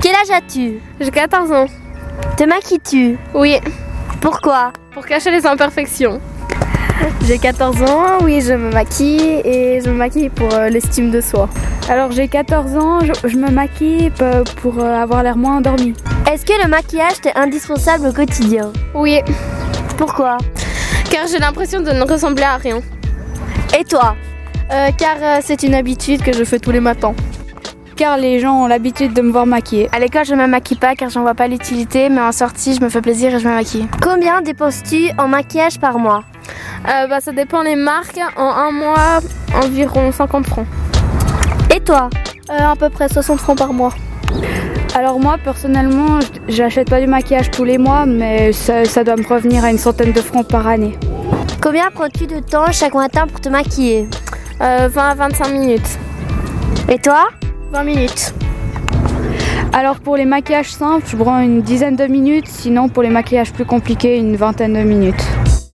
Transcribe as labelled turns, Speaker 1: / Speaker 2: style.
Speaker 1: Quel âge as-tu
Speaker 2: J'ai 14 ans.
Speaker 1: Te maquilles-tu
Speaker 2: Oui,
Speaker 1: Pourquoi
Speaker 2: pour cacher les imperfections.
Speaker 3: J'ai 14 ans, oui, je me maquille et je me maquille pour euh, l'estime de soi.
Speaker 4: Alors j'ai 14 ans, je, je me maquille pe- pour euh, avoir l'air moins endormi.
Speaker 1: Est-ce que le maquillage t'est indispensable au quotidien
Speaker 2: Oui,
Speaker 1: Pourquoi
Speaker 2: car j'ai l'impression de ne ressembler à rien.
Speaker 1: Et toi
Speaker 3: Euh, car c'est une habitude que je fais tous les matins.
Speaker 4: Car les gens ont l'habitude de me voir maquillée.
Speaker 3: À l'école, je me maquille pas car j'en vois pas l'utilité, mais en sortie, je me fais plaisir et je me maquille.
Speaker 1: Combien dépenses-tu en maquillage par mois
Speaker 2: Euh, bah, ça dépend les marques. En un mois, environ 50 francs.
Speaker 1: Et toi
Speaker 3: Euh, à peu près 60 francs par mois.
Speaker 4: Alors moi personnellement, j- j'achète pas du maquillage tous les mois, mais ça, ça doit me revenir à une centaine de francs par année.
Speaker 1: Combien prends-tu de temps chaque matin pour te maquiller
Speaker 2: Euh, 20 à 25 minutes.
Speaker 1: Et toi
Speaker 3: 20 minutes.
Speaker 4: Alors pour les maquillages simples, je prends une dizaine de minutes, sinon pour les maquillages plus compliqués, une vingtaine de minutes.